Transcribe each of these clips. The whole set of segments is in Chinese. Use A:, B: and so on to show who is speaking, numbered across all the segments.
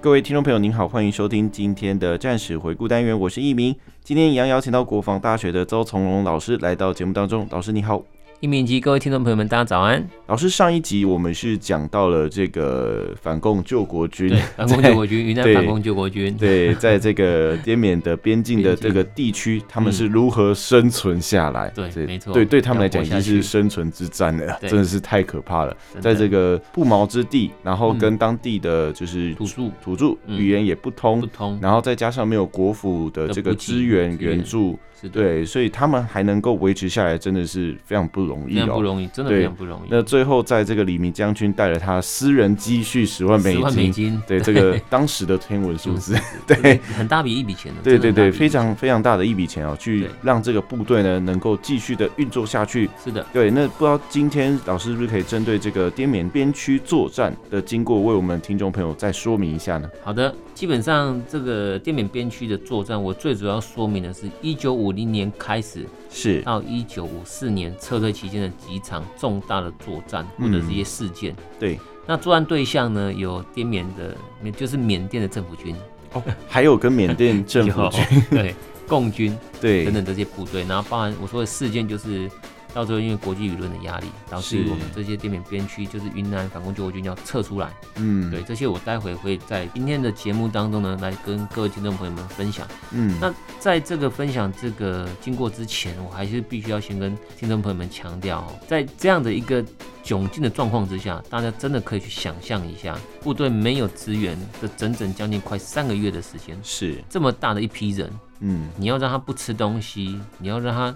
A: 各位听众朋友，您好，欢迎收听今天的战史回顾单元，我是一鸣。今天一样邀请到国防大学的邹从容老师来到节目当中。老师你好，
B: 一鸣及各位听众朋友们，大家早安。
A: 老师上一集我们是讲到了这个反共救国军，
B: 对，反共救国军，云南
A: 对
B: 反共救国军，
A: 对，在这个滇缅的边境的
B: 边境
A: 这个地区，他们是如何生存下来？
B: 对
A: 这
B: 没错
A: 对，对他们来讲已
B: 要活
A: 经
B: 下
A: 是
B: 去
A: 生存之战了，
B: 对
A: 真的是太可怕了。
B: 真的
A: 在这个不毛之地，然后
B: 嗯
A: 跟当地的就是
B: 土著
A: 土著
B: 嗯
A: 语言也不
B: 不
A: 通。
B: 通，
A: 然后再加上没有国府的这个
B: 的补给
A: 支援
B: 资源
A: 援助，
B: 是的，
A: 对，所以他们还能够维持下来，真的是非常不容
B: 非
A: 易
B: 常
A: 哦
B: 不。容易，真的
A: 对
B: 非常不容易。
A: 那最后，在这个李明将军带了他私人积蓄十万美
B: 十
A: 金，
B: 万美金，
A: 对这 个当时的天文数字，
B: 对，很大笔一笔钱的，
A: 对
B: 真的
A: 对对，
B: 很大笔
A: 非常非常大的一笔钱哦，去
B: 对
A: 让这个部队呢能够继续的运作下去。
B: 是的，
A: 对，那不知道今天老师是不是可以针对这个滇缅边区作战的经过，为我们听众朋友再说明一下呢？
B: 好的，基本上这个滇缅边区的作战，我最主要说明的是，一九五零年开始
A: 是，
B: 到一九五四年撤退期间的几场重大的作战或者是一些事件。
A: 嗯对，
B: 那作战对象呢，有滇缅的，就是缅甸的政府军，
A: 哦，还有跟缅甸政府
B: 有
A: 军，
B: 对共军
A: 对
B: 等，等这些部队，然后包含我说的事件就是。到最后，因为国际舆论的压力，导致
A: 是
B: 我们这些滇缅边区，就是云南反共救国军要撤出来。
A: 嗯，
B: 对，，这些我待会会在今天的节目当中呢，来跟各位听众朋友们分享。
A: 嗯，
B: 那在这个分享这个经过之前，我还是必须要先跟听众朋友们强调哦，在这样的一个窘境的状况之下，大家真的可以去想象一下，部队没有资源这整整将近快三个月的时间，
A: 是，
B: 这么大的一批人，
A: 嗯，
B: 你要让他不吃东西，你要让他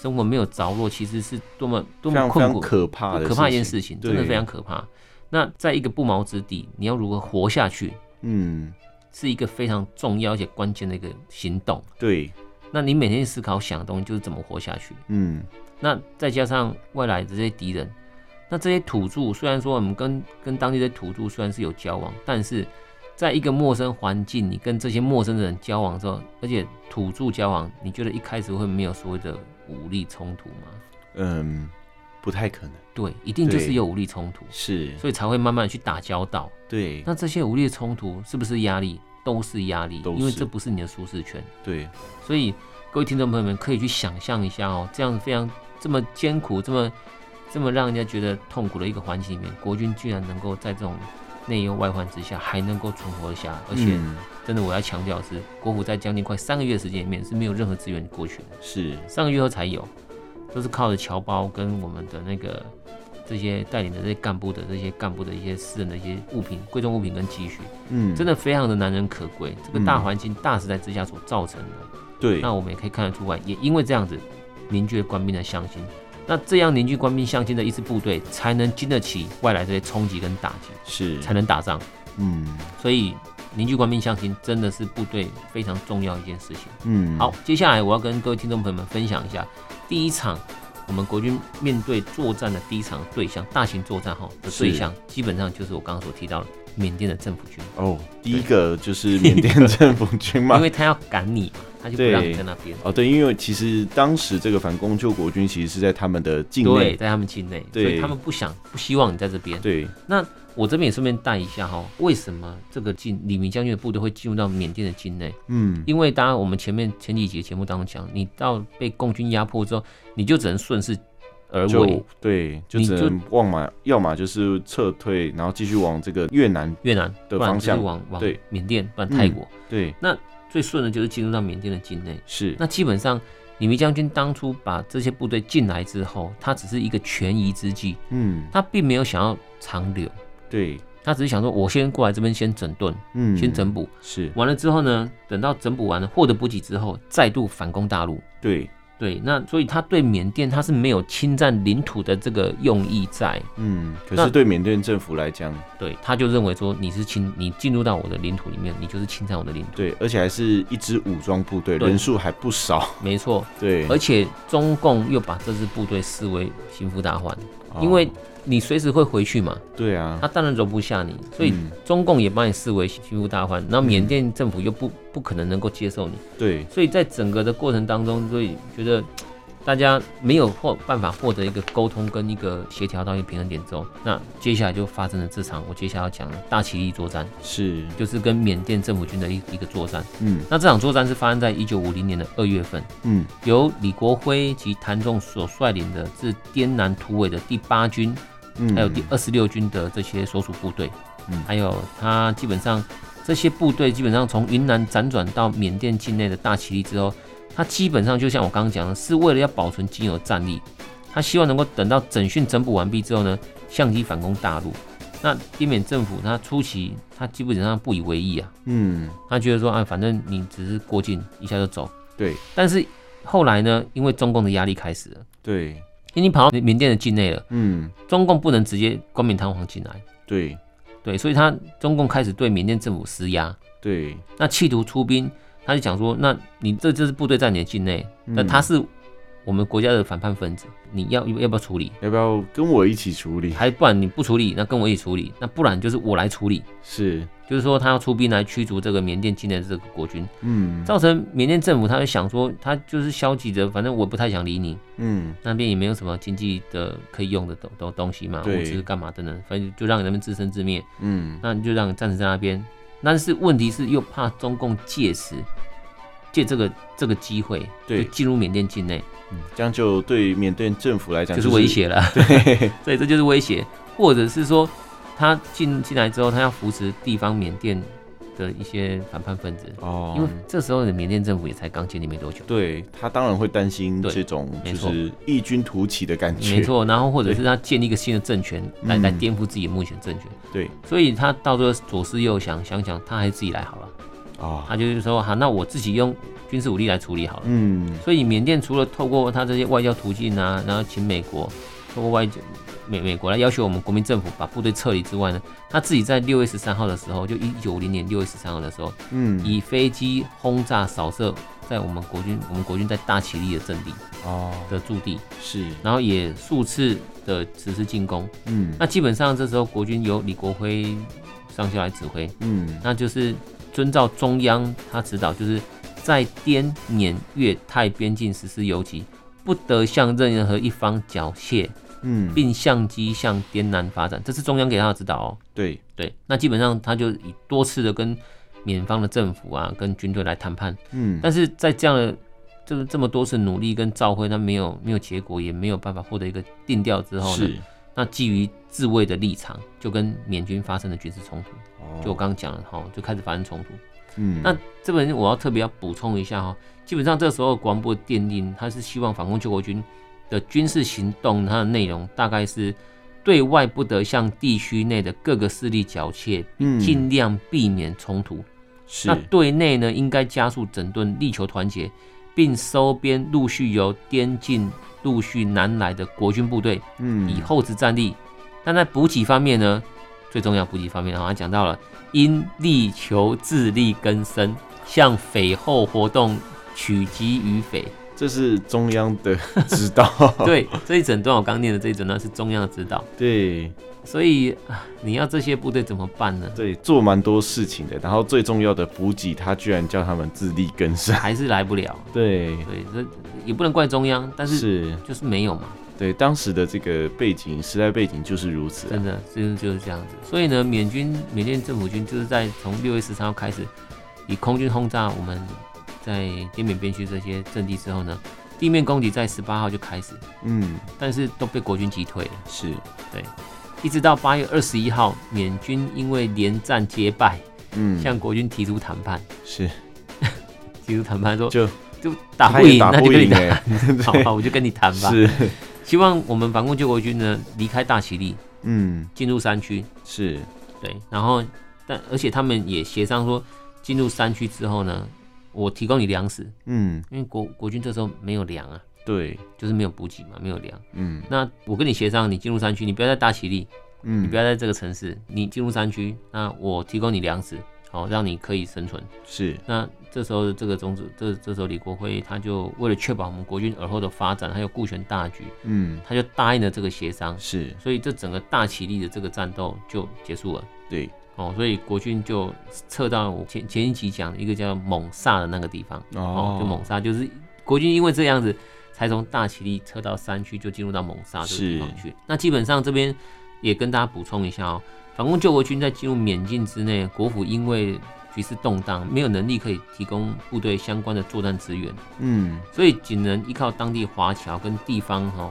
B: 生活没有着落，其实是多么多
A: 非
B: 么
A: 常非
B: 困
A: 常
B: 苦、
A: 可怕的
B: 可怕的一件事情，真的
A: 对
B: 非常可怕。那在一个不毛之地，你要如何活下去，
A: 嗯，
B: 是一个非常重要而且关键的一个行动。
A: 对，
B: 那你每天思考想的东西就是怎么活下去。
A: 嗯，
B: 那再加上外来的这些敌人，那这些土著虽然说我们跟跟当地的土著虽然是有交往，但是在一个陌生环境，你跟这些陌生的人交往之后，而且土著交往，你觉得一开始会没有所谓的武力冲突吗？
A: 嗯，不太可能，
B: 对，一定就是
A: 对
B: 有武力冲突，
A: 是，
B: 所以才会慢慢地去打交道。
A: 对，
B: 那这些武力的冲突是不是压力？都是压力，
A: 都
B: 因为
A: 是
B: 这不是你的舒适圈。
A: 对，
B: 所以各位听众朋友们可以去想象一下哦，这样非常这么艰苦、这么这么让人家觉得痛苦的一个环境里面，国军居然能够在这种内忧外患之下还能够存活下来，而且
A: 嗯
B: 真的我要强调的是，国府在将近快三个月的时间里面是没有任何资源过去的，
A: 是，
B: 三个月后才有，都是靠着侨胞跟我们的那个。这些带领的这些干部的这些干部的一些私人的一些物品、贵重物品跟积蓄，
A: 嗯，
B: 真
A: 的
B: 的非常的难能可贵。这个大
A: 嗯
B: 环境、大时代之下所造成的，
A: 对，
B: 那我们也可以看得出来，也因为这样子凝聚了官兵的相心。那这样凝聚官兵相心的一支部队，才能经得起外来这些冲击跟打击，
A: 是，
B: 才能打仗。
A: 嗯
B: 所以凝聚官兵相心真的是部队非常重要一件事情。
A: 嗯，
B: 好，，接下来我要跟各位听众朋友们分享一下第一场我们国军面对作战的第一场对象，大型作战哈的对象，基本上就是我刚刚所提到的缅甸的政府军，
A: 哦，第一个就是缅甸政府军嘛
B: 因，为他要赶你嘛，他就不让
A: 对
B: 你在那边。
A: 哦，对，因为其实当时这个反攻救国军其实是在他们的境
B: 对，
A: 内，
B: 在他们境内，所
A: 对
B: 以他们不想、不希望你在这边。
A: 对，
B: 我这边也顺便带一下哈，为什么这个进李明将军的部队会进入到缅甸的境内？
A: 嗯，
B: 因为当然我们前面前几节节目当中讲，你到被共军压迫之后，你就只能顺势而为
A: 就。对，就
B: 你
A: 只
B: 就
A: 能往嘛，要么就是撤退，然后继续往这个越南，
B: 越南，
A: 的
B: 不然
A: 方
B: 就是
A: 向
B: 往往
A: 对嗯
B: 缅甸，不然泰国。
A: 对，
B: 最顺的就是进入到缅甸的境内。
A: 是，
B: 那基本上，李明将军当初把这些部队进来之后，他只是一个权宜之计，
A: 嗯，
B: 他并没有想要长留，
A: 对，
B: 他只是想说，我先过来这边先整顿，
A: 嗯，
B: 先整补。
A: 是，
B: 完了之后呢，等到整补完了，获得补给之后，再度反攻大陆。
A: 对，
B: 对，那所以他对缅甸他是没有侵占领土的这个用意在，
A: 嗯，可
B: 那
A: 是对缅甸政府来讲，
B: 对，他就认为说你是侵，你进入到我的领土里面，你就是侵占我的领土，
A: 对，而且还是一支武装部队，
B: 对
A: 人数还不 少。
B: 没错。
A: 对，
B: 而且中共又把这支部队视为心腹大患，
A: 哦
B: 因为你随时会回去嘛，
A: 对啊，
B: 他当然容不下你，所以
A: 嗯
B: 中共也把你视为心腹大患，那缅甸政府又不不可能能够接受你，
A: 对，
B: 所以在整个的过程当中，所以觉得大家没有获办法获得一个沟通跟一个协调到一个平衡点之后，那接下来就发生了这场我接下来要讲的大起义作战，
A: 是，
B: 就是跟缅甸政府军的一一个作战。
A: 嗯
B: 那这场作战是发生在一九五零年的二月份，
A: 嗯，
B: 由李国辉及谭仲所率领的自滇南突围的第八军
A: 嗯
B: 还有第二十六军的这些所属部队，
A: 嗯
B: 还有他基本上这些部队基本上从云南辗转到缅甸境内的大起义之后，他基本上就像我刚刚讲的，是为了要保存仅有的战力，他希望能够等到整训整补完毕之后呢，相机反攻大陆。那滇缅政府他初期他基本上不以为意啊，
A: 嗯，
B: 他觉得说啊，反正你只是过境一下就走。
A: 对
B: 但是后来呢，因为中共的压力开始了，
A: 对，
B: 因为你跑到缅甸的境内了，
A: 嗯
B: 中共不能直接冠冕堂皇进来。
A: 对
B: 对，所以他中共开始对缅甸政府施压，
A: 对，
B: 那企图出兵，他就讲说，那你这就是部队在你的境内，那
A: 嗯
B: 他是我们国家的反叛分子，你要要不要处理？
A: 要不要跟我一起处 理？
B: 还不然你不处理，那跟我一起处理，那不然就是我来处理。
A: 是，
B: 就是说，他要出兵来驱逐这个缅甸境内的这个国军，
A: 嗯
B: 造成缅甸政府他就想说，他就是消极的，反正我不太想理你，
A: 嗯
B: 那边也没有什么经济的可以用的东东东西嘛，物
A: 对
B: 资干嘛等等，反正就让人们自生自灭。
A: 嗯，
B: 那你就让你暂时在那边。但是问题是，又怕中共借此借这个这个机会，
A: 对
B: 就进入缅甸境内，
A: 嗯这样就对缅甸政府来讲
B: 就是威，胁了。
A: 对，
B: 所以这就是威胁，或者是说他进进来之后，他要扶持地方缅甸的一些反叛分子，
A: 哦，
B: 因为这时候的缅甸政府也才刚建立没多久。
A: 对他当然会担心
B: 对
A: 这种
B: 没
A: 就
B: 错
A: 是异军突起的感觉，
B: 没，错，然后或者是他建立一个新的政权来
A: 嗯
B: 来颠覆自己的目前政权，
A: 对
B: 所以他到最后左思右想，想想他还是自己来好了，
A: 啊，
B: 他就是说好，那我自己用军事武力来处理好了。
A: 嗯
B: 所以缅甸除了透过他这些外交途径啊，然后请美国透过外交美美国来要求我们国民政府把部队撤离之外呢，他自己在六月十三号的时候，就一九零年六月十三号的时候，
A: 嗯，
B: 以飞机轰炸扫射在我们国军我们国军在大其力的阵地
A: 哦，
B: 的驻地，
A: 是，
B: 然后也数次的实施进攻。
A: 嗯
B: 那基本上这时候国军由李国辉上校来指挥，
A: 嗯，
B: 那就是遵照中央他指导，就是在滇缅越泰边境实施游击，不得向任何一方缴械，
A: 嗯，
B: 并相机向滇南发展。这是中央给他的指导哦。
A: 对，
B: 对，那基本上他就以多次的跟缅方的政府啊，跟军队来谈判，
A: 嗯，
B: 但是在这样的就是这么多次努力跟召会，他没有没有结果，也没有办法获得一个定调之后呢，
A: 是，
B: 那基于自卫的立场，就跟缅军发生了军事冲突，
A: 哦
B: 就我刚刚讲了哈，就开始发生冲突。
A: 嗯，
B: 那这本我要特别要补充一下哈、基本上这时候国防部的电令，它是希望反攻救国军的军事行动，它的内容大概是对外不得向地区内的各个势力缴械，
A: 嗯
B: 尽量避免冲突。
A: 是
B: 那对内呢，应该加速整顿，力求团结，并收编陆续由滇境陆续南来的国军部队，
A: 嗯
B: 以后置战力。但在补给方面呢，最重要补给方面，好像讲到了，应力求自力更生，向匪后活动取其于匪。
A: 这是中央的指导，
B: 对，这一整段我刚念的这一整段是中央的指导，
A: 对
B: 所以啊你要这些部队怎么办呢？
A: 对，做蛮多事情的，然后最重要的补给，他居然叫他们自力更生，
B: 还是来不了。
A: 对，
B: 对，这也不能怪中央，但是
A: 是，
B: 就是没有嘛。
A: 对，当时的这个背景，时代背景就是如此啊，
B: 真的，就是就是这样子。所以呢，缅军缅甸政府军就是在从六月十三号开始，以空军轰炸我们在滇缅边区这些阵地之后呢，地面攻击在十八号就开始，
A: 嗯，
B: 但是都被国军击退了。
A: 是，
B: 一直到八月二十一号，缅军因为连战皆败，
A: 嗯，
B: 向国军提出谈判，
A: 是
B: 提出谈判说
A: 就
B: 就打
A: 他
B: 不
A: 也
B: 赢，
A: 打
B: 那就
A: 不
B: 跟你
A: 赢
B: 打，
A: 哎，
B: 好吧，我就跟你谈吧。
A: 是，
B: 希望我们反共救国军呢离开大其力，
A: 嗯，
B: 进入山区，
A: 是，
B: 对，然后但而且他们也协商说，进入山区之后呢，我提供你粮食，
A: 嗯，
B: 因为国国军这时候没有粮啊，
A: 对，
B: 就是没有补给嘛，没有粮。
A: 嗯
B: 那我跟你协商，你进入山区，你不要在大其力，
A: 嗯，
B: 你不要在这个城市，你进入山区，那我提供你粮食，好、让你可以生存。
A: 是，
B: 那这时候这个种子，这这时候李国辉他就为了确保我们国军而后的发展，还有顾全大局，
A: 嗯
B: 他就答应了这个协商，
A: 是，
B: 所以这整个大其力的这个战斗就结束了。
A: 对，
B: 哦，所以国军就撤到我前前一集讲的一个叫蒙萨的那个地方，哦，就蒙萨，就是国军因为这样子，才从大其力撤到山区，就进入到蒙萨这个地方去。那基本上这边也跟大家补充一下哦，反攻救国军在进入缅境之内，国府因为局势动荡，没有能力可以提供部队相关的作战资源，
A: 嗯
B: 所以仅能依靠当地华侨跟地方哈、哦、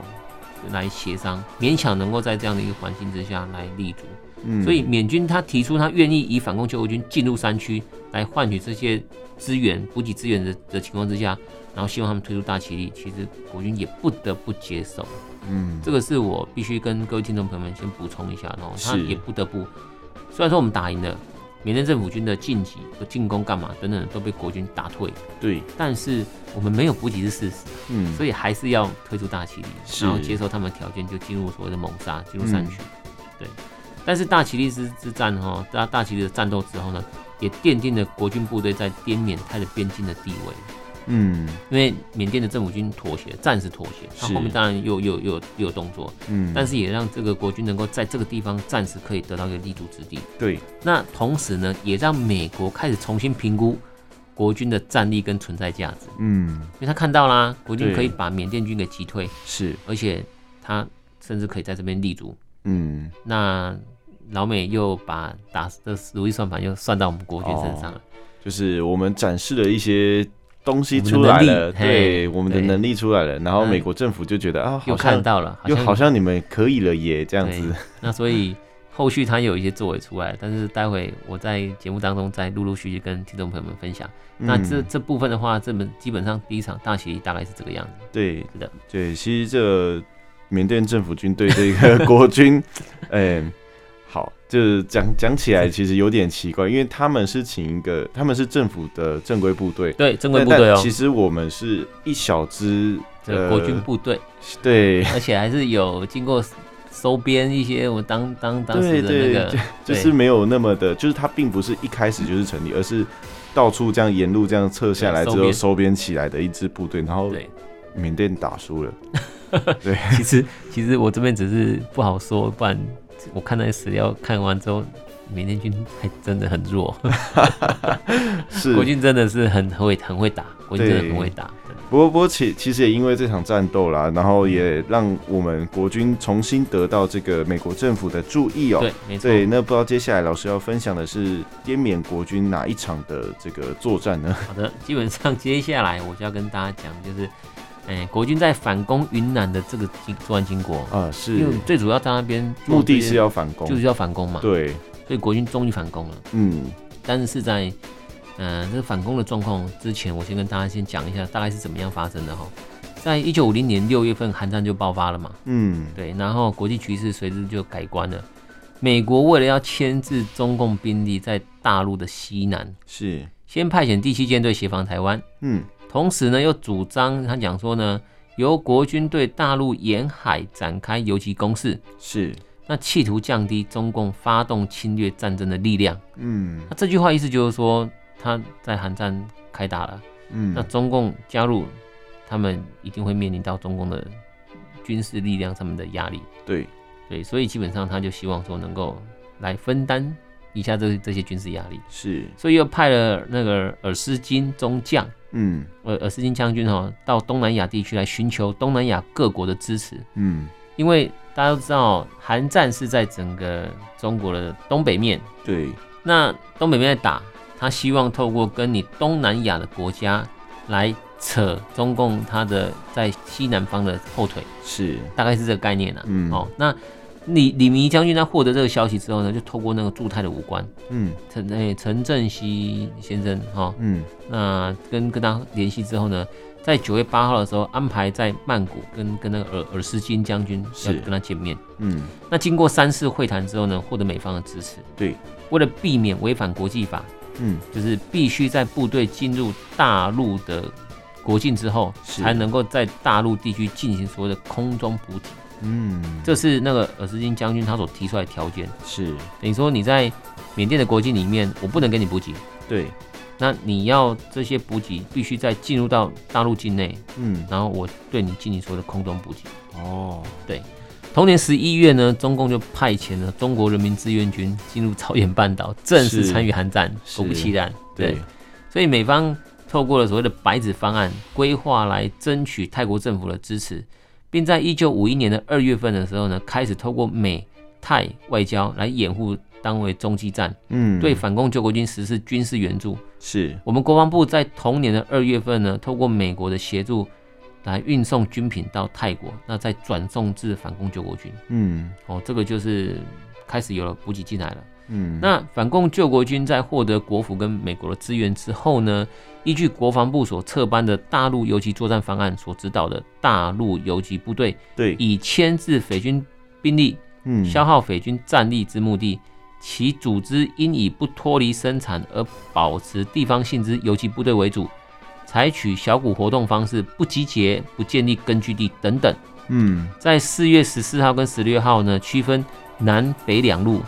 B: 来协商，勉强能够在这样的一个环境之下来立足。
A: 嗯，
B: 所以缅军他提出他愿意以反攻救国军进入山区来换取这些资源、补给资源的的情况之下，然后希望他们退出大其力，其实国军也不得不接受。
A: 嗯
B: 这个是我必须跟各位听众朋友们先补充一下的哦，他
A: 是
B: 也不得不，虽然说我们打赢了，缅甸政府军的晋级、和进攻干嘛等等都被国军打退，
A: 对，
B: 但是我们没有补给是事实，
A: 嗯
B: 所以还是要推出大其力，
A: 是嗯
B: 然后接受他们的条件，就进入所谓的猛杀，进入山区。对，但是大其力之之战哈，大大其力的战斗之后呢，也奠定了国军部队在滇缅泰的边境的地位，
A: 嗯
B: 因为缅甸的政府军妥协，暂时妥协，他
A: 是
B: 后面当然又又又又有动作，
A: 嗯，
B: 但是也让这个国军能够在这个地方暂时可以得到一个立足之地。
A: 对，
B: 那同时呢，也让美国开始重新评估国军的战力跟存在价值。
A: 嗯
B: 因为他看到啦，国军
A: 对
B: 可以把缅甸军给击退，
A: 是，
B: 而且他甚至可以在这边立足。
A: 嗯
B: 那老美又把打的如意算盘又算到我们国军身上了，
A: 哦就是我们展示了一些东西
B: 我们的
A: 出来
B: 能力
A: 了，
B: 嘿
A: 对，我们的
B: 对
A: 能力出来了，然后
B: 嗯
A: 美国政府就觉得啊，
B: 又
A: 好
B: 看
A: 像
B: 到了，
A: 又好像你们可以了耶，这样
B: 对
A: 子，
B: 那所以后续他有一些作为出来，但是待会我在节目当中再陆陆续续跟听众朋友们分享。那这
A: 嗯
B: 这部分的话，这本基本上第一场大洗大概是这个样子。
A: 对
B: 是的，
A: 对，其实这缅甸政府军对这个 国军，哎、好，就是讲讲起来其实有点奇怪，因为他们是请一个，他们是政府的正规部队，
B: 对，
A: 正
B: 正规部队哦
A: 其，实我们是一小支
B: 这个国军，部队，
A: 呃 对
B: 而且还是有经过收编一些我当当当时
A: 对
B: 的那
A: 对，
B: 个
A: 就就
B: 对
A: 是没有那么的，就是它并不是一开始就是成立，而是到处这样沿路这样撤下来
B: 对
A: 之
B: 收
A: 后
B: 编
A: 收编起来的一支部队，然后
B: 对。
A: 缅甸打输 了，
B: 其实其实我这边只是不好说，不然我看那些史料看完之后，缅甸军还真的很弱，
A: 是
B: 国军真的是很很会很会打，国军真的
A: 对
B: 很会打，真的
A: 不过，不过其其实也因为这场战斗啦，然后也让我们国军重新得到这个美国政府的注意哦、
B: 对，没错。
A: 对，那不知道接下来老师要分享的是滇缅国军哪一场的这个作战呢？
B: 好的，基本上接下来我就要跟大家讲，就是， 哎、国军在反攻云南的这个经作战经过，
A: 啊，
B: 因
A: 是
B: 为最主要在那边做
A: 目的
B: 这些
A: 是要反攻，
B: 嗯就是要反攻嘛，
A: 对，
B: 所以国军终于反攻了。
A: 嗯
B: 但是在，嗯、这个反攻的状况之前，我先跟大家先讲一下大概是怎么样发生的哈。在一九五零年六月份，韩战就爆发了嘛，
A: 嗯，
B: 对，然后国际局势随之就改观了。美国为了要牵制中共兵力在大陆的西南，
A: 是，
B: 先派遣第七舰队协防台湾，
A: 嗯
B: 同时呢，又主张他讲说呢，由国军对大陆沿海展开游击攻势，
A: 是，
B: 那企图降低中共发动侵略战争的力量。
A: 嗯
B: 那这句话意思就是说，他在韩战开打了，那
A: 嗯，
B: 中共加入，他们一定会面临到中共的军事力量上面的压力。
A: 对，
B: 对，所以基本上他就希望说能够来分担一下这这些军事压力，
A: 是，
B: 所以又派了那个尔斯金中将。
A: 嗯
B: 呃，尔斯金将军哈、到东南亚地区来寻求东南亚各国的支持，
A: 嗯，
B: 因为大家都知道，韩战是在整个中国的东北面，
A: 对，
B: 那东北面在打，他希望透过跟你东南亚的国家来扯中共他的在西南方的后腿，
A: 是，
B: 大概是这个概念啊。
A: 嗯
B: 哦，那李李明将军他获得这个消息之后呢，就透过那个驻泰的武官
A: 嗯
B: 陈诶陈振熙先生哈、哦，
A: 嗯
B: 那跟跟他联系之后呢，在九月八号的时候安排在曼谷跟跟那个尔尔斯金将军要
A: 是
B: 跟他见面。
A: 嗯，
B: 那经过三次会谈之后呢，获得美方的支持。
A: 对，
B: 为了避免违反国际法，
A: 嗯
B: 就是必须在部队进入大陆的国境之后，
A: 是
B: 才能够在大陆地区进行所谓的空中补给。
A: 嗯，
B: 这是那个尔斯金将军他所提出来的条件，
A: 是
B: 等于说你在缅甸的国境里面，我不能给你补给，
A: 对，
B: 那你要这些补给必须在进入到大陆境内，
A: 嗯，
B: 然后我对你进行所谓的空中补给。
A: 哦，
B: 同年十一月呢，中共就派遣了中国人民志愿军进入 朝鲜半岛，正式参与韩战。
A: 是
B: 果不其然，
A: 对，
B: 所以美方透过了所谓的“白纸方案”规划来争取泰国政府的支持，并在一九五一年的二月份的时候呢，开始透过美泰外交来掩护当为中继站，
A: 嗯，
B: 对反共救国军实施军事援助。
A: 是，
B: 我们国防部在同年的二月份呢，透过美国的协助来运送军品到泰国，那再转送至反共救国军。
A: 嗯
B: 哦，这个就是开始有了补给进来了。
A: 嗯，
B: 那反共救国军在获得国府跟美国的资源之后呢，依据国防部所策颁的大陆游击作战方案所指导的大陆游击部队，
A: 对，
B: 以牵制匪军兵力、
A: 嗯，
B: 消耗匪军战力之目的，其组织应以不脱离生产而保持地方性之游击部队为主，采取小股活动方式，不集结、不建立根据地等等。
A: 嗯
B: 在四月十四号跟十六号呢，区分南北两路，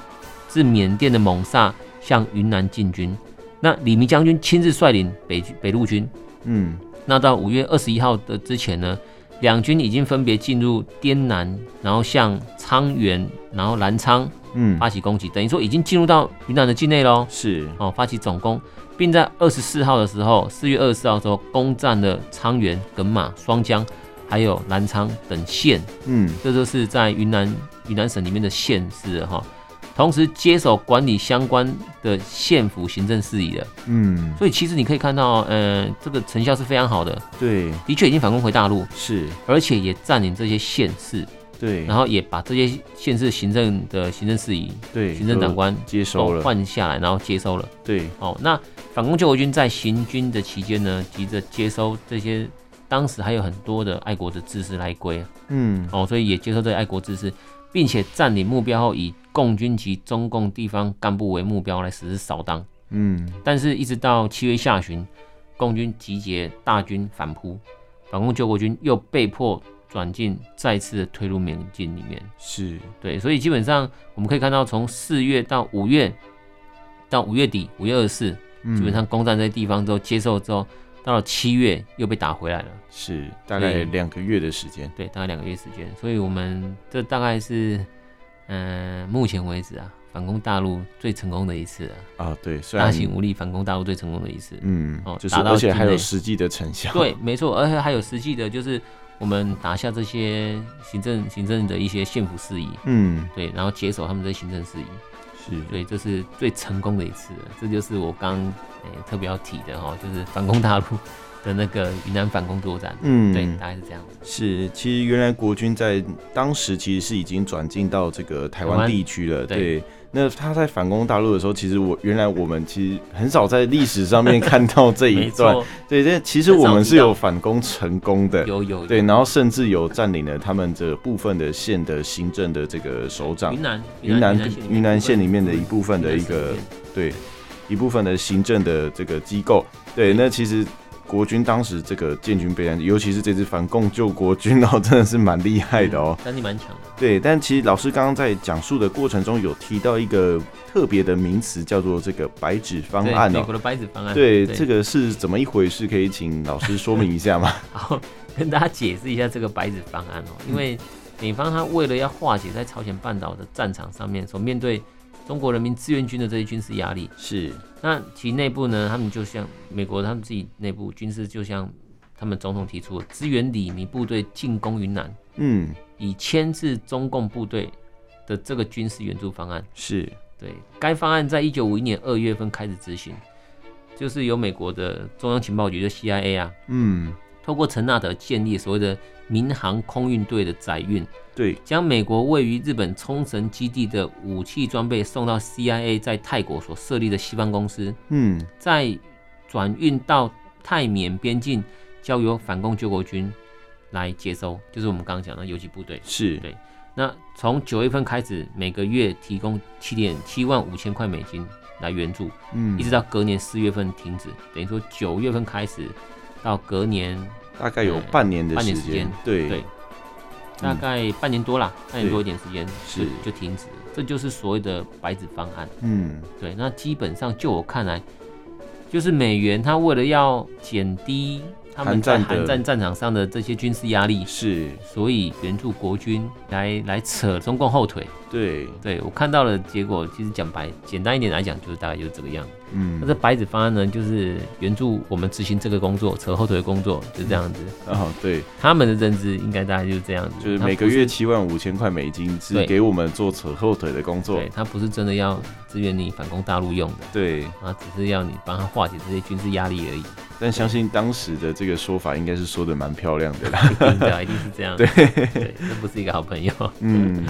B: 自缅甸的蒙萨向云南进军。那李明将军亲自率领北军北路军。
A: 嗯，
B: 那到五月二十一号的之前呢，两军已经分别进入滇南，然后向沧源，然后澜沧
A: 嗯，
B: 发起攻击，等于说已经进入到云南的境内喽。
A: 是，
B: 哦，发起总攻，并在二十四号的时候，四月二十四号的时候攻占了沧源、耿马、双江，还有澜沧等县。
A: 嗯
B: 这就是在云南云南省里面的县市了哈。同时接手管理相关的县府行政事宜了，
A: 嗯，
B: 所以其实你可以看到，呃，这个成效是非常好的，
A: 对，
B: 的确已经反攻回大陆，
A: 是，
B: 而且也占领这些县市，
A: 对，
B: 然后也把这些县市行政的行政事宜、
A: 对，
B: 行政长
A: 都
B: 官
A: 接收
B: 都
A: 了，
B: 换下来，然后接收了。
A: 对，
B: 哦，那反攻救国军在行军的期间呢，急着接收这些当时还有很多的爱国的志士来归啊
A: 嗯，
B: 哦，所以也接受这个爱国之士，并且占领目标后，以共军及中共地方干部为目标来实施扫荡。
A: 嗯，
B: 但是，一直到七月下旬，共军集结大军反扑，反共救国军又被迫转进，再次的推入缅甸里面。
A: 是，
B: 对，所以基本上我们可以看到，从四月到五月，到五月底，五月二十四，基
A: 基
B: 本上攻占这些地方之后，接受之后，到了七月又被打回来了。
A: 是大
B: 所
A: 概
B: 以
A: 两个月的时间。
B: 对，大概两个月时间，所以我们这大概是，嗯、目前为止啊，反攻大陆最成功的一次了，
A: 啊，对，虽
B: 大
A: 然
B: 型武力反攻大陆最成功的一次。
A: 嗯
B: 哦，
A: 就是
B: 达到
A: 而且
B: 境
A: 还有
B: 内
A: 实际的成效。
B: 对，没错，而且还有实际的，就是我们打下这些行政行政的一些县府事宜，
A: 嗯，
B: 对，然后解手他们的行政事宜，
A: 是，
B: 对，这是最成功的一次了。这就是我刚诶、特别要提的哈、哦，就是反攻大陆的那个云南反攻作战，
A: 嗯，
B: 对，大概是这样子。
A: 是，其实原来国军在当时其实是已经转进到这个台
B: 台
A: 湾
B: 湾
A: 地区了。
B: 对
A: 对，那他在反攻大陆的时候，其实我原来我们其实很少在历史上面 看到这一
B: 没
A: 段。
B: 错，
A: 对，但其实
B: 很
A: 我
B: 少
A: 们
B: 提
A: 是
B: 到
A: 有反攻成功的。
B: 有有有
A: 对，然后甚至有占领了他们这部分的县的行政的这个首长
B: 云，南
A: 云南云南县里面的一
B: 部
A: 部分
B: 分
A: 的一个对一部分的行政的这个机构。对，那其实国军当时这个建军备战，尤其是这支反共救国军哦， 真的是蛮厉害的哦。
B: 战力蛮强的。
A: 对，但其实老师刚刚在讲述的过程中有提到一个特别的名词，叫做这个“白纸方
B: 对
A: 案”
B: 美
A: 哦
B: 国。的白纸方案，
A: 对，这个是怎么一回事？可以请老师说明一下 吗？
B: 好跟大家解释一下这个白纸方案哦，因为
A: 嗯
B: 美方他为了要化解在朝鲜半岛的战场上面所面对中国人民志愿军的这些军事压力，
A: 是，
B: 那其内部呢，他们就像美国他们自己内部军事，就像他们总统提出的支援李弥部队进攻云南，
A: 嗯，
B: 以牵制中共部队的这个军事援助方案。
A: 是，
B: 对，该方案在一九五一年二月份开始执行，就是由美国的中央情报局，就 CIA 啊，
A: 嗯，
B: 透过陈纳德建立所谓的民航空运队的载运，
A: 对，
B: 将美国位于日本冲绳基地的武器装备送到 CIA 在泰国所设立的西方公司，
A: 嗯，
B: 再转运到泰缅边境，交由反共救国军来接收，就是我们刚刚讲的游击部队。
A: 是，
B: 对那从九月份开始，每个月提供七点七万五千块美金来援助，
A: 嗯
B: 一直，到隔年四月份停止，等于说九月份开始，到隔年
A: 大概有半年的
B: 半年
A: 时
B: 时间
A: 间，对
B: 对大概半年多啦，半年多一点时间
A: 嗯是
B: 就停止了，这就是所谓的白纸方案。
A: 嗯
B: 对，那基本上就我看来，就是美元它为了要减低他们
A: 韩
B: 在
A: 战的
B: 韩战战场上的这些军事压力，
A: 是，
B: 所以援助国军来来扯中共后腿。
A: 对，
B: 对我看到了结果，其实讲白，简单一点来讲，就是大概就是这个样子。那
A: 嗯
B: 这白纸方案呢，就是援助我们执行这个工作，扯后腿的工作，就这样子。
A: 啊对，
B: 他们的认知应该大概就是这样子，
A: 就是
B: 他
A: 每个
B: 不是
A: 月七万五千块美金，
B: 对
A: 只给我们做扯后腿的工作
B: 对，他不是真的要支援你反攻大陆用的，
A: 对，
B: 啊，只是要你帮他化解这些军事压力而已。
A: 但相信当时的这个说法应该是说的蛮漂亮的啦，
B: 一定的，一定是这样。对，这不是一个好朋友。
A: 嗯。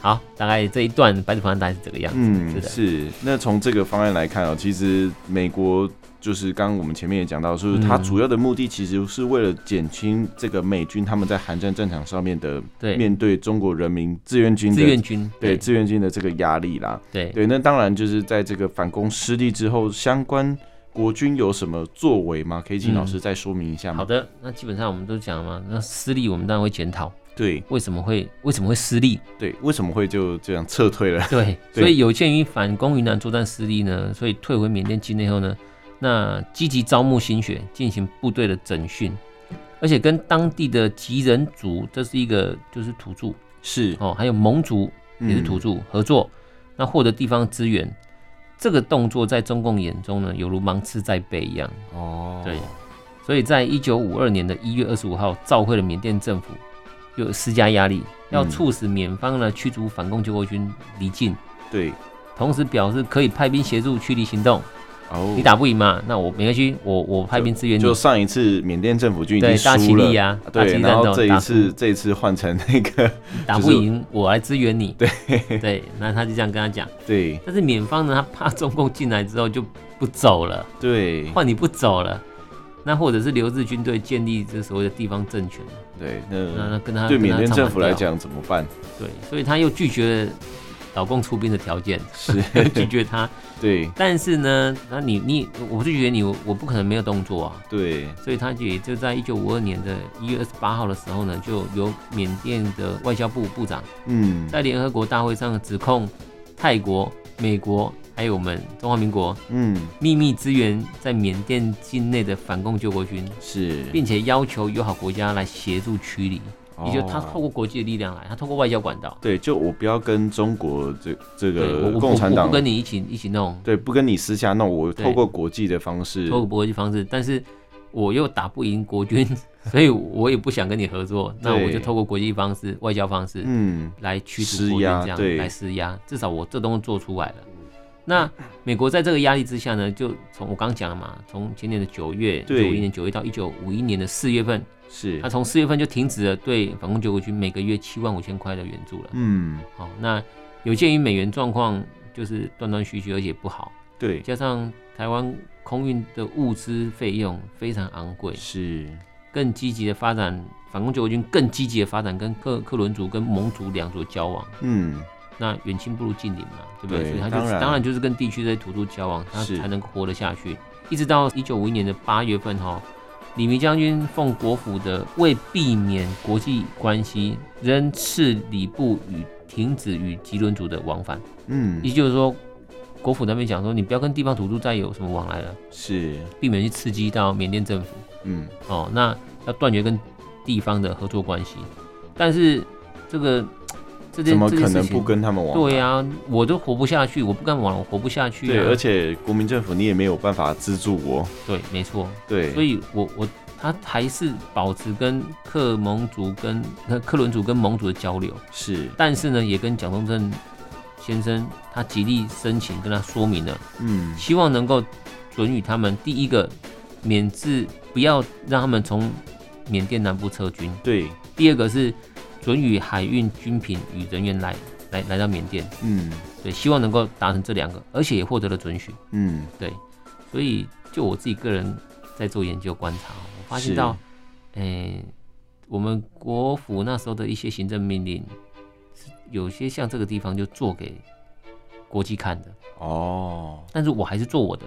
B: 好，大概这一段白纸方案大概是这个样子。是
A: 嗯，
B: 的，
A: 是。那从这个方案来看哦，其实美国就是刚刚我们前面也讲到，就是它
B: 嗯
A: 主要的目的其实是为了减轻这个美军他们在韩战战场上面的
B: 对，
A: 面对中国人民志愿军的
B: 志愿军，
A: 对志愿军的这个压力啦。
B: 对对
A: 对，那当然就是在这个反攻失利之后，相关国军有什么作为吗？可以请
B: 嗯
A: 老师再说明一下吗？
B: 好，的，那基本上我们都讲了嘛，那私利我们当然会检讨，
A: 对
B: 为什么会为什么会私利？
A: 对，为什么会就这样撤退了？
B: 对，
A: 对
B: 所以有鉴于反攻云南作战失利呢，所以退回缅甸境内后呢，那积极招募新血，进行部队的整训，而且跟当地的吉人族，这是一个就是土著
A: 是，
B: 哦，还有蒙族
A: 嗯
B: 也是土著、合作，那获得地方资源。这个动作在中共眼中呢，犹如芒刺在背一样。
A: 嗯哦，
B: 对所以在一九五二年的一月二十五号，召会了缅甸政府，又施加压力，要
A: 嗯
B: 促使缅方呢驱逐反共救国军离境，
A: 对，
B: 同时表示可以派兵协助驱离行动。
A: 哦，
B: 你打不赢嘛，那我没关系，我我派兵支援你
A: 就。上一次缅甸政府军已经
B: 对，大
A: 输
B: 旗
A: 了
B: 利，呀，大旗
A: 对，然
B: 利战
A: 后
B: 斗，
A: 这一
B: 打
A: 次
B: 输
A: 这一次换成那个，
B: 打不赢，我来支援你。对 对，那他就这样跟他讲。
A: 对
B: 但是缅方呢，他怕中共进来之后就不走了，
A: 对
B: 换你不走了，那或者是留置军队建立这所谓的地方政权，
A: 对，
B: 那
A: 那
B: 那跟他
A: 嗯对
B: 跟
A: 缅
B: 他
A: 甸
B: 唱
A: 政
B: 反
A: 府来
B: 调，
A: 讲怎么办？
B: 对，所以他又拒绝了老共出兵的 条件，
A: 是，
B: 拒绝他。
A: 对
B: 但是呢，那你你我拒绝你，我我不可能没有动作啊。
A: 对，
B: 所以他也就在一九五二年的一月二十八号的时候呢，就由缅甸的外交部部长
A: 嗯
B: 在联合国大会上指控泰国、美国还有我们中华民国
A: 嗯
B: 秘密支援在缅甸境内的反共救国军，
A: 是，
B: 并且要求友好国家来协助驱离，也就是他
A: 哦
B: 透过国际的力量来，他透过外交管道，
A: 对，就我不要跟中国这这
B: 呃对我
A: 个
B: 我
A: 共产
B: 我我
A: 党
B: 不跟你一起一起弄，
A: 对不跟你私下弄，我
B: 对
A: 透过国际的方式，
B: 透过国际方式，但是我又打不赢国军，所以我也不想跟你合作，那我
A: 对
B: 就透过国际方式、外交方式，
A: 嗯
B: 来驱逐
A: 施
B: 国军
A: 压
B: 这样
A: 对
B: 来施压，至少我这东西做出来了。那美国在这个压力之下呢，就从我刚讲了嘛，从前年的九月，九
A: 对
B: 一年九月到一九五一年的四月份，
A: 是
B: 他，从四月份就停止了对反共救国军每个月七万五千块的援助了。
A: 嗯
B: 好、那有鉴于美元状况就是断断续续，而且不好，
A: 对
B: 加上台湾空运的物资费用非常昂贵，
A: 是，
B: 更积极的发展反共救国军，更积极的发展跟克克伦族跟蒙族两族交往。
A: 嗯
B: 那远亲不如近邻嘛，对不对？
A: 对
B: 所以他就
A: 当然
B: 当然就是跟地区的土著交往，他
A: 是
B: 才能够活得下去。一直到一九五一年的八月份哈、李明将军奉国府的为避免国际关系，仍赐礼部与停止与吉伦族的往返，也
A: 嗯
B: 就是说，国府那边讲说，你不要跟地方土著再有什么往来了，
A: 是，
B: 避免去刺激到缅甸政府
A: 嗯
B: 哦。那要断绝跟地方的合作关系，但是这个这件
A: 怎么
B: 这件
A: 可
B: 事
A: 能
B: 情
A: 不跟他们往来？
B: 对啊呀、我都活不下去，我不干网，我活不下去、啊。
A: 对，而且国民政府你也没有办法资助我，
B: 对，没错，
A: 对，
B: 所以我我他还是保持跟克蒙族跟呃克伦族跟蒙族的交流，
A: 是，
B: 但是呢，也跟蒋中正先生他极力申请跟他说明了，
A: 嗯，
B: 希望能够准予他们第一个免治，不要让他们从缅甸南部撤军；
A: 对，
B: 第二个是准予海运军品与人员来来来到缅甸，
A: 嗯
B: 对，希望能够达成这两个，而且也获得了准许。
A: 嗯，
B: 所以就我自己个人在做研究观察，哦我发现
A: 是
B: 到，诶、我们国府那时候的一些行政命令，是有些像这个地方就做给国际看的，
A: 哦，
B: 但是我还是做我的，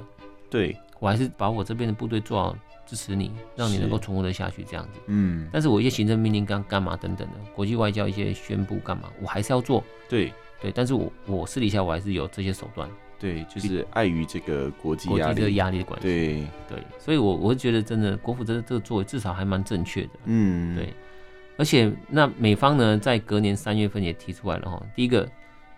A: 对，
B: 我还是把我这边的部队做好，支持你，让你能够存活得下去这样子。
A: 嗯，
B: 但是我一些行政命令干干嘛等等的，国际外交一些宣布干嘛，我还是要做。
A: 对
B: 对，但是我我私底下我还是有这些手段，
A: 对，就是碍于这个国际
B: 国
A: 压
B: 际这个
A: 力，
B: 压力的关系。
A: 对，
B: 对，所以我我会觉得真的国府这这个作为至少还蛮正确的。
A: 嗯，
B: 对而且那美方呢，在隔年三月份也提出来了哈，第一个，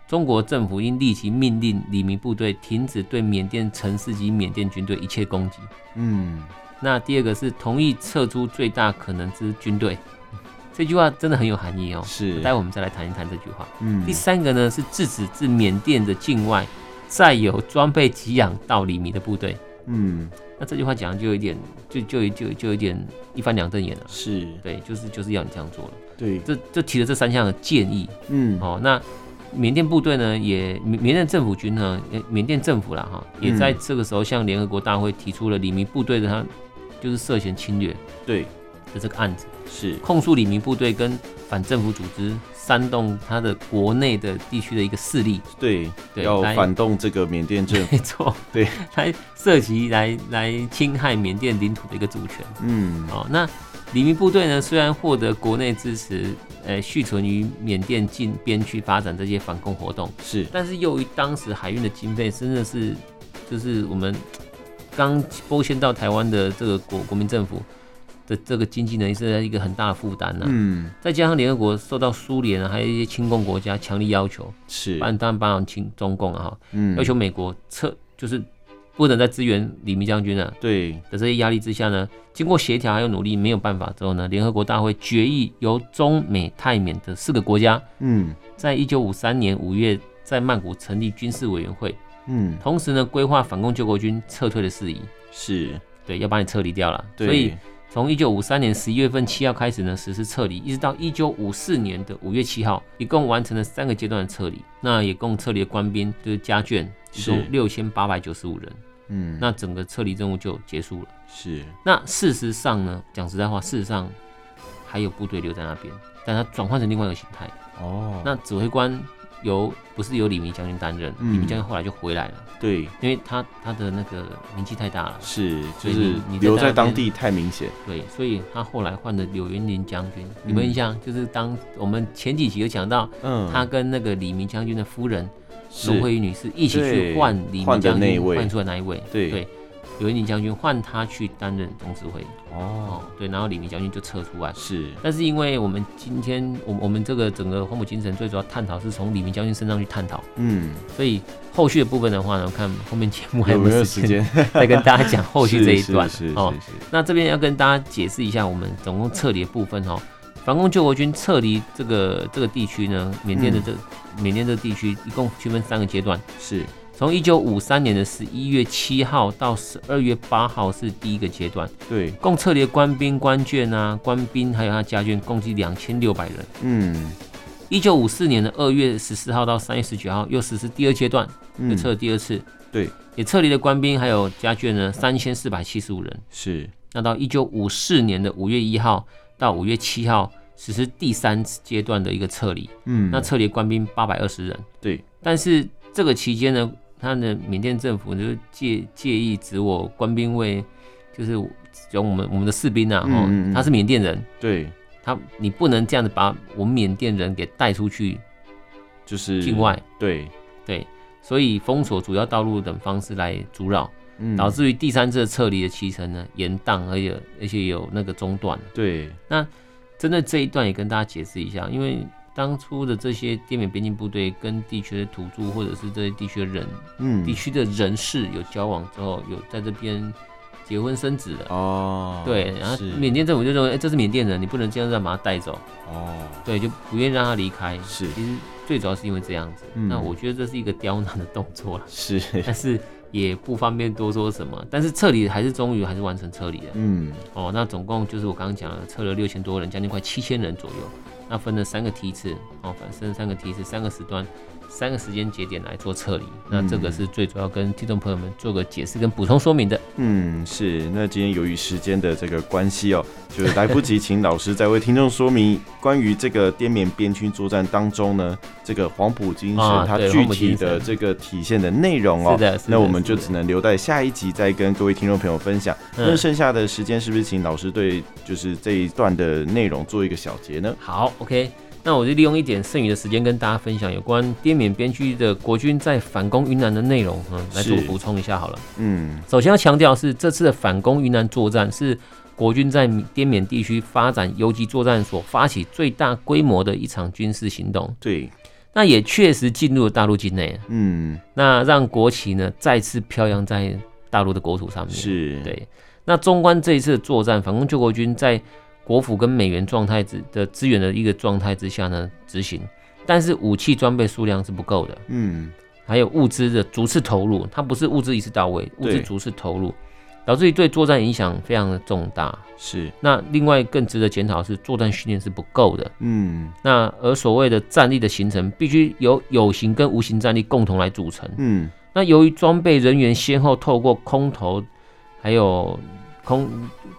B: 中国政府应立即命令李明部队停止对缅甸城市及缅甸军队一切攻击。
A: 嗯，
B: 那第二个是同意撤出最大可能之军队， 这句话真的很有含义哦。
A: 是，
B: 待会我们再来谈一谈这句话。
A: 嗯
B: 第，三个呢是制止自缅甸的境外再有装备给养到里米的部队。
A: 嗯，
B: 那这句话讲的就有一点，就就就就有一点一翻两瞪眼了。
A: 是，
B: 对，就是就是要你这样做了。
A: 对，
B: 这就提了这三项的建议
A: 嗯，
B: 哦。那缅甸部队呢，也缅缅甸政府军呢，呃缅甸政府啦哈，也
A: 嗯
B: 在这个时候向联合国大会提出了李明部队的他就是涉嫌侵略
A: 对，
B: 的这个案子，
A: 是，
B: 控诉李明部队跟反政府组织煽动他的国内的地区的一个势力，
A: 对，
B: 对，
A: 要
B: 来
A: 反动这个缅甸政 府，
B: 没错，
A: 对，
B: 来涉及来来侵害缅甸领土的一个主权。
A: 嗯，
B: 哦，那黎明部队呢，虽然获得国内支持，呃，续存于缅甸近边区发展这些反共活动，
A: 是，
B: 但是由于当时海运的经费真的是，就是我们刚拨迁到台湾的这个国国民政府的这个经济呢，是一个很大的负担呐。
A: 嗯，
B: 再加上联合国受到苏联啊，还有一些亲共国家强力要求，
A: 是，
B: 当然当然包含亲中共啊哈，
A: 嗯，
B: 要求美国撤，就是不能再支援李明将军了、
A: 对，
B: 的这些压力之下呢，经过协调还有努力，没有办法之后呢，联合国大会决议由中美泰缅的四个国家，
A: 嗯，
B: 在一九五三年五月在曼谷成立军事委员会，
A: 嗯，
B: 同时呢规划反共救国军撤退的事宜，
A: 是，
B: 对，要把你撤离掉了。
A: 对，
B: 所以从一九五三年十一月份七号开始呢实施撤离，一直到一九五四年的五月七号，一共完成了三个阶段的撤离，那也共撤离的官兵就是家眷，一
A: 是
B: 共六千八百九十五人，
A: 嗯，
B: 那整个撤离任务就结束了。
A: 是，
B: 那事实上呢，讲实在话，事实上还有部队留在那边，但它转换成另外一个形态。
A: 哦，
B: 那指挥官由不是由李明将军担任，
A: 嗯
B: 李明将军后来就回来了，
A: 对，
B: 因为他他的那个名气太大了，
A: 是，就
B: 所以
A: 是
B: 你你在
A: 留
B: 那
A: 在当
B: 边
A: 地太明显，
B: 对，所以他后来换了柳云林将军。
A: 嗯
B: 有没有印象？就是当我们前几集有讲到，
A: 嗯，
B: 他跟那个李明将军的夫人
A: 是
B: 卢慧玉女士一起去
A: 对
B: 换李明
A: 换的
B: 将
A: 那一
B: 军
A: 位
B: 换出来那一位，
A: 对
B: 对，柳云林将军换他去担任总指挥。哦
A: 哦，，
B: 对，然后李明将军就撤出来。
A: 是，
B: 但是因为我们今天，我我们这个整个荒漠精神最主要探讨是从李明将军身上去探讨，
A: 嗯，
B: 所以后续的部分的话呢，我看后面节目还
A: 有没有
B: 时
A: 时间
B: 再跟大家讲后续这一段
A: 是是
B: 哦
A: 是。是是
B: 那这边要跟大家解释一下，我们总共撤离的部分哦。反共救国军撤离这个这个地区呢，缅甸的这
A: 嗯
B: 缅甸这个地区一共区分三个阶段，
A: 是
B: 从一九五三年的十一月七号到十二月八号是第一个阶段，
A: 对，
B: 共撤离的官兵、官眷啊、官兵还有他家眷，共计两千六百人。
A: 嗯，
B: 一九五四年的二月十四号到三月十九号，又实施第二阶段，又
A: 嗯，
B: 撤了第二次。
A: 对，
B: 也撤离了官兵还有家眷呢，三千四百七十五人。
A: 是，
B: 那到一九五四年的五月一号到五月七号，实施第三阶段的一个撤离，
A: 嗯，
B: 那撤离官兵八百二十人。
A: 对，
B: 但是这个期间呢，他的缅甸政府就是介介意指我官兵为，就是指我们我们的士兵啊，哦，
A: 嗯嗯嗯
B: 他是缅甸人，
A: 对，
B: 他你不能这样子把我们缅甸人给带出去，
A: 就是
B: 境外，
A: 对，
B: 对，所以封锁主要道路等方式来阻扰，
A: 嗯，
B: 导致于第三次的撤离的期程呢延宕，而且而且有那个中断。
A: 对，
B: 针对这一段也跟大家解释一下，因为当初的这些滇缅边境部队跟地区的土著或者是这些地区的人
A: 嗯，
B: 地区的人士有交往之后，有在这边结婚生子的。
A: 哦，
B: 对，然后
A: 是
B: 缅甸政府就认为，哎、这是缅甸人，你不能这样让把他带走，
A: 哦，
B: 对，就不愿意让他离开。
A: 是
B: 其实最主要是因为这样子。
A: 嗯，
B: 那我觉得这是一个刁难的动作了
A: 是，
B: 但是也不方便多说什么。但是撤离还是终于还是完成撤离了。
A: 嗯，
B: 哦，那总共就是我刚刚讲了，测了六千多人，将近快七千人左右。那分了三个梯次，哦，反正三个梯次，三个时段，三个时间节点来做撤离。那
A: 嗯
B: 这个是最主要跟听众朋友们做个解释跟补充说明的。
A: 嗯，是。那今天由于时间的这个关系哦，就是来不及请老师再为听众说明关于这个滇缅边区作战当中呢，这个黄埔精神
B: 啊
A: 它
B: 对
A: 具
B: 黄埔
A: 体
B: 精神
A: 的这个体现的内容哦。
B: 是的，是的
A: 那我们就是只
B: 的
A: 能留待下一集再跟各位听众朋友分享。那
B: 嗯
A: 剩下的时间是不是请老师对就是这一段的内容做一个小结呢？
B: 好，OK，那我就利用一点剩余的时间跟大家分享有关滇缅边区的国军在反攻云南的内容，嗯，来做
A: 是
B: 补充一下好了。
A: 嗯，
B: 首先要强调的是，这次的反攻云南作战是国军在滇缅地区发展游击作战所发起最大规模的一场军事行动，
A: 对，
B: 那也确实进入了大陆境内，
A: 嗯，
B: 那让国旗呢再次飘扬在大陆的国土上面。
A: 是，，
B: 对，那纵观这一次的作战，反攻救国军在国府跟美元状态之的资源的一个状态之下呢执行，但是武器装备数量是不够的，
A: 嗯，
B: 还有物资的逐次投入，它不是物资一次到位，物资
A: 对
B: 逐次投入，导致于对作战影响非常的重大。
A: 是，
B: 那另外更值得检讨的是作战训练是不够的，
A: 嗯，
B: 那而所谓的战力的形成必须由有形跟无形战力共同来组成。
A: 嗯，
B: 那由于装备人员先后透过空投，还有空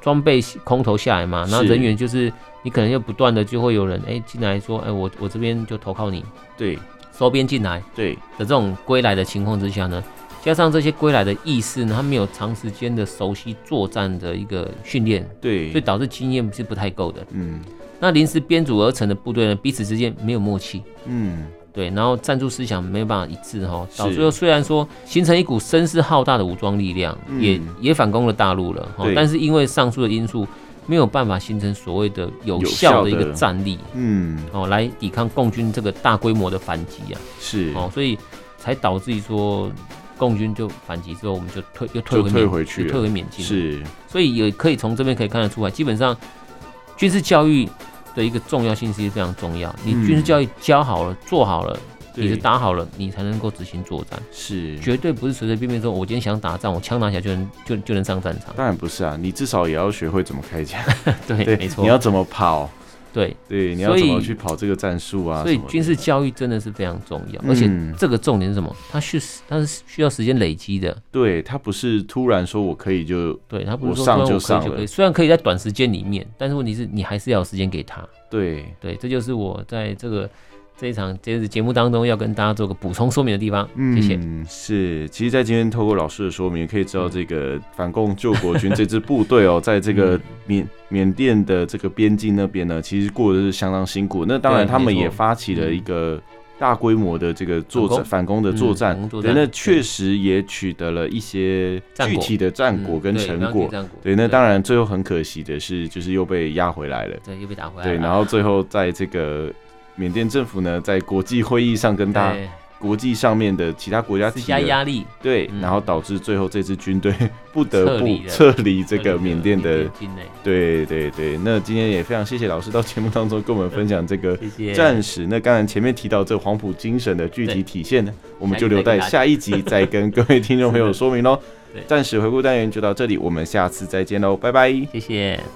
B: 装备空投下来嘛，
A: 是
B: 然后人员就是你可能又不断的就会有人哎进来说，哎我我这边就投靠你，
A: 对，
B: 收编进来的
A: 对，
B: 这种归来的情况之下呢，加上这些归来的意识呢，他没有长时间的熟悉作战的一个训练，
A: 嗯
B: 所以
A: 对，
B: 导致经验是不太够的。
A: 嗯，
B: 那临时编组而成的部队呢，彼此之间没有默契，
A: 嗯，
B: 对，然后战术思想没有办法一致哈，
A: 是
B: 导致虽然说形成一股声势浩大的武装力量，
A: 嗯
B: 也也反攻了大陆了哈
A: 对，
B: 但是因为上述的因素，没有办法形成所谓的有效的一
A: 有效
B: 个
A: 的
B: 战力
A: 嗯，
B: 哦，来抵抗共军这个大规模的反击啊，
A: 是，
B: 哦，所以才导致于说共军就反击之后，我们就退又退
A: 就
B: 回
A: 退
B: 缅
A: 回去
B: 就退
A: 了，
B: 回缅甸，，
A: 是，
B: 所以也可以从这边可以看得出来，基本上军事教育的一个重要性是非常重要，你
A: 嗯
B: 军事教育教好了，做好了。你是
A: 对，
B: 打好了，你才能够执行作战，
A: 是，
B: 绝对不是随随便便说，我今天想打仗，我枪拿起来就能就就能上战场。
A: 当然不是啊，你至少也要学会怎么开枪，
B: 对，
A: 对，
B: 没
A: 你要
B: 错，
A: 怎么跑，
B: 对，
A: 对，你要怎
B: 所
A: 么
B: 以
A: 去跑这个战术啊，
B: 所以
A: 什么的
B: 军事，教育真的是非常重要，而且
A: 嗯
B: 这个重点是什么？它需它是需要时间累积的，
A: 对他不是突然说我可以就
B: 对，它不是说
A: 我上
B: 突然
A: 就
B: 我可以
A: 上
B: 就可以，
A: 了
B: 虽然可以在短时间里面，但是问题是你还是要有时间给他。
A: 对，
B: 对，这就是我在这个这一场这次节目当中要跟大家做个补充说明的地方。谢谢。
A: 嗯，是。其实，在今天透过老师的说明，可以知道这个 反共救国军这支部队哦，在这
B: 嗯
A: 个缅缅甸的这个边境那边呢，其实过得是相当辛苦。那当然，
B: 对
A: 他们
B: 没错嗯
A: 也发起了一个大规模的这个作战反攻的作战
B: 嗯反，攻作
A: 对，
B: 战
A: 那
B: 对
A: 确实也取得了一些
B: 战
A: 具
B: 果
A: 体的战果跟
B: 嗯对
A: 成
B: 刚刚
A: 果
B: 提。战果
A: 对，那当然最后很可惜的是，就是又被压回来了。
B: 对又被打回来了。
A: 对，然后最后在这个缅甸政府呢，在国际会议上跟大家
B: 对
A: 国际上面的其他国家
B: 施
A: 提
B: 哎加
A: 了
B: 压力，
A: 对，
B: 嗯
A: 然后导致最后这支军队 不得
B: 撤
A: 不
B: 离了
A: 撤离这个缅甸的
B: 缅，境内，
A: 对对对。那今天也非常谢谢老师到节目当中跟我们分享这个
B: 谢谢。
A: 战史。那刚才前面提到这黄埔精神的具体
B: 对
A: 体现呢，我们
B: 下一
A: 就
B: 集
A: 留
B: 再
A: 待
B: 跟大家
A: 下一集再跟各位听众朋友说明喽哦
B: 对。
A: 战史回顾单元就到这里，我们下次再见喽，拜拜。
B: 谢谢。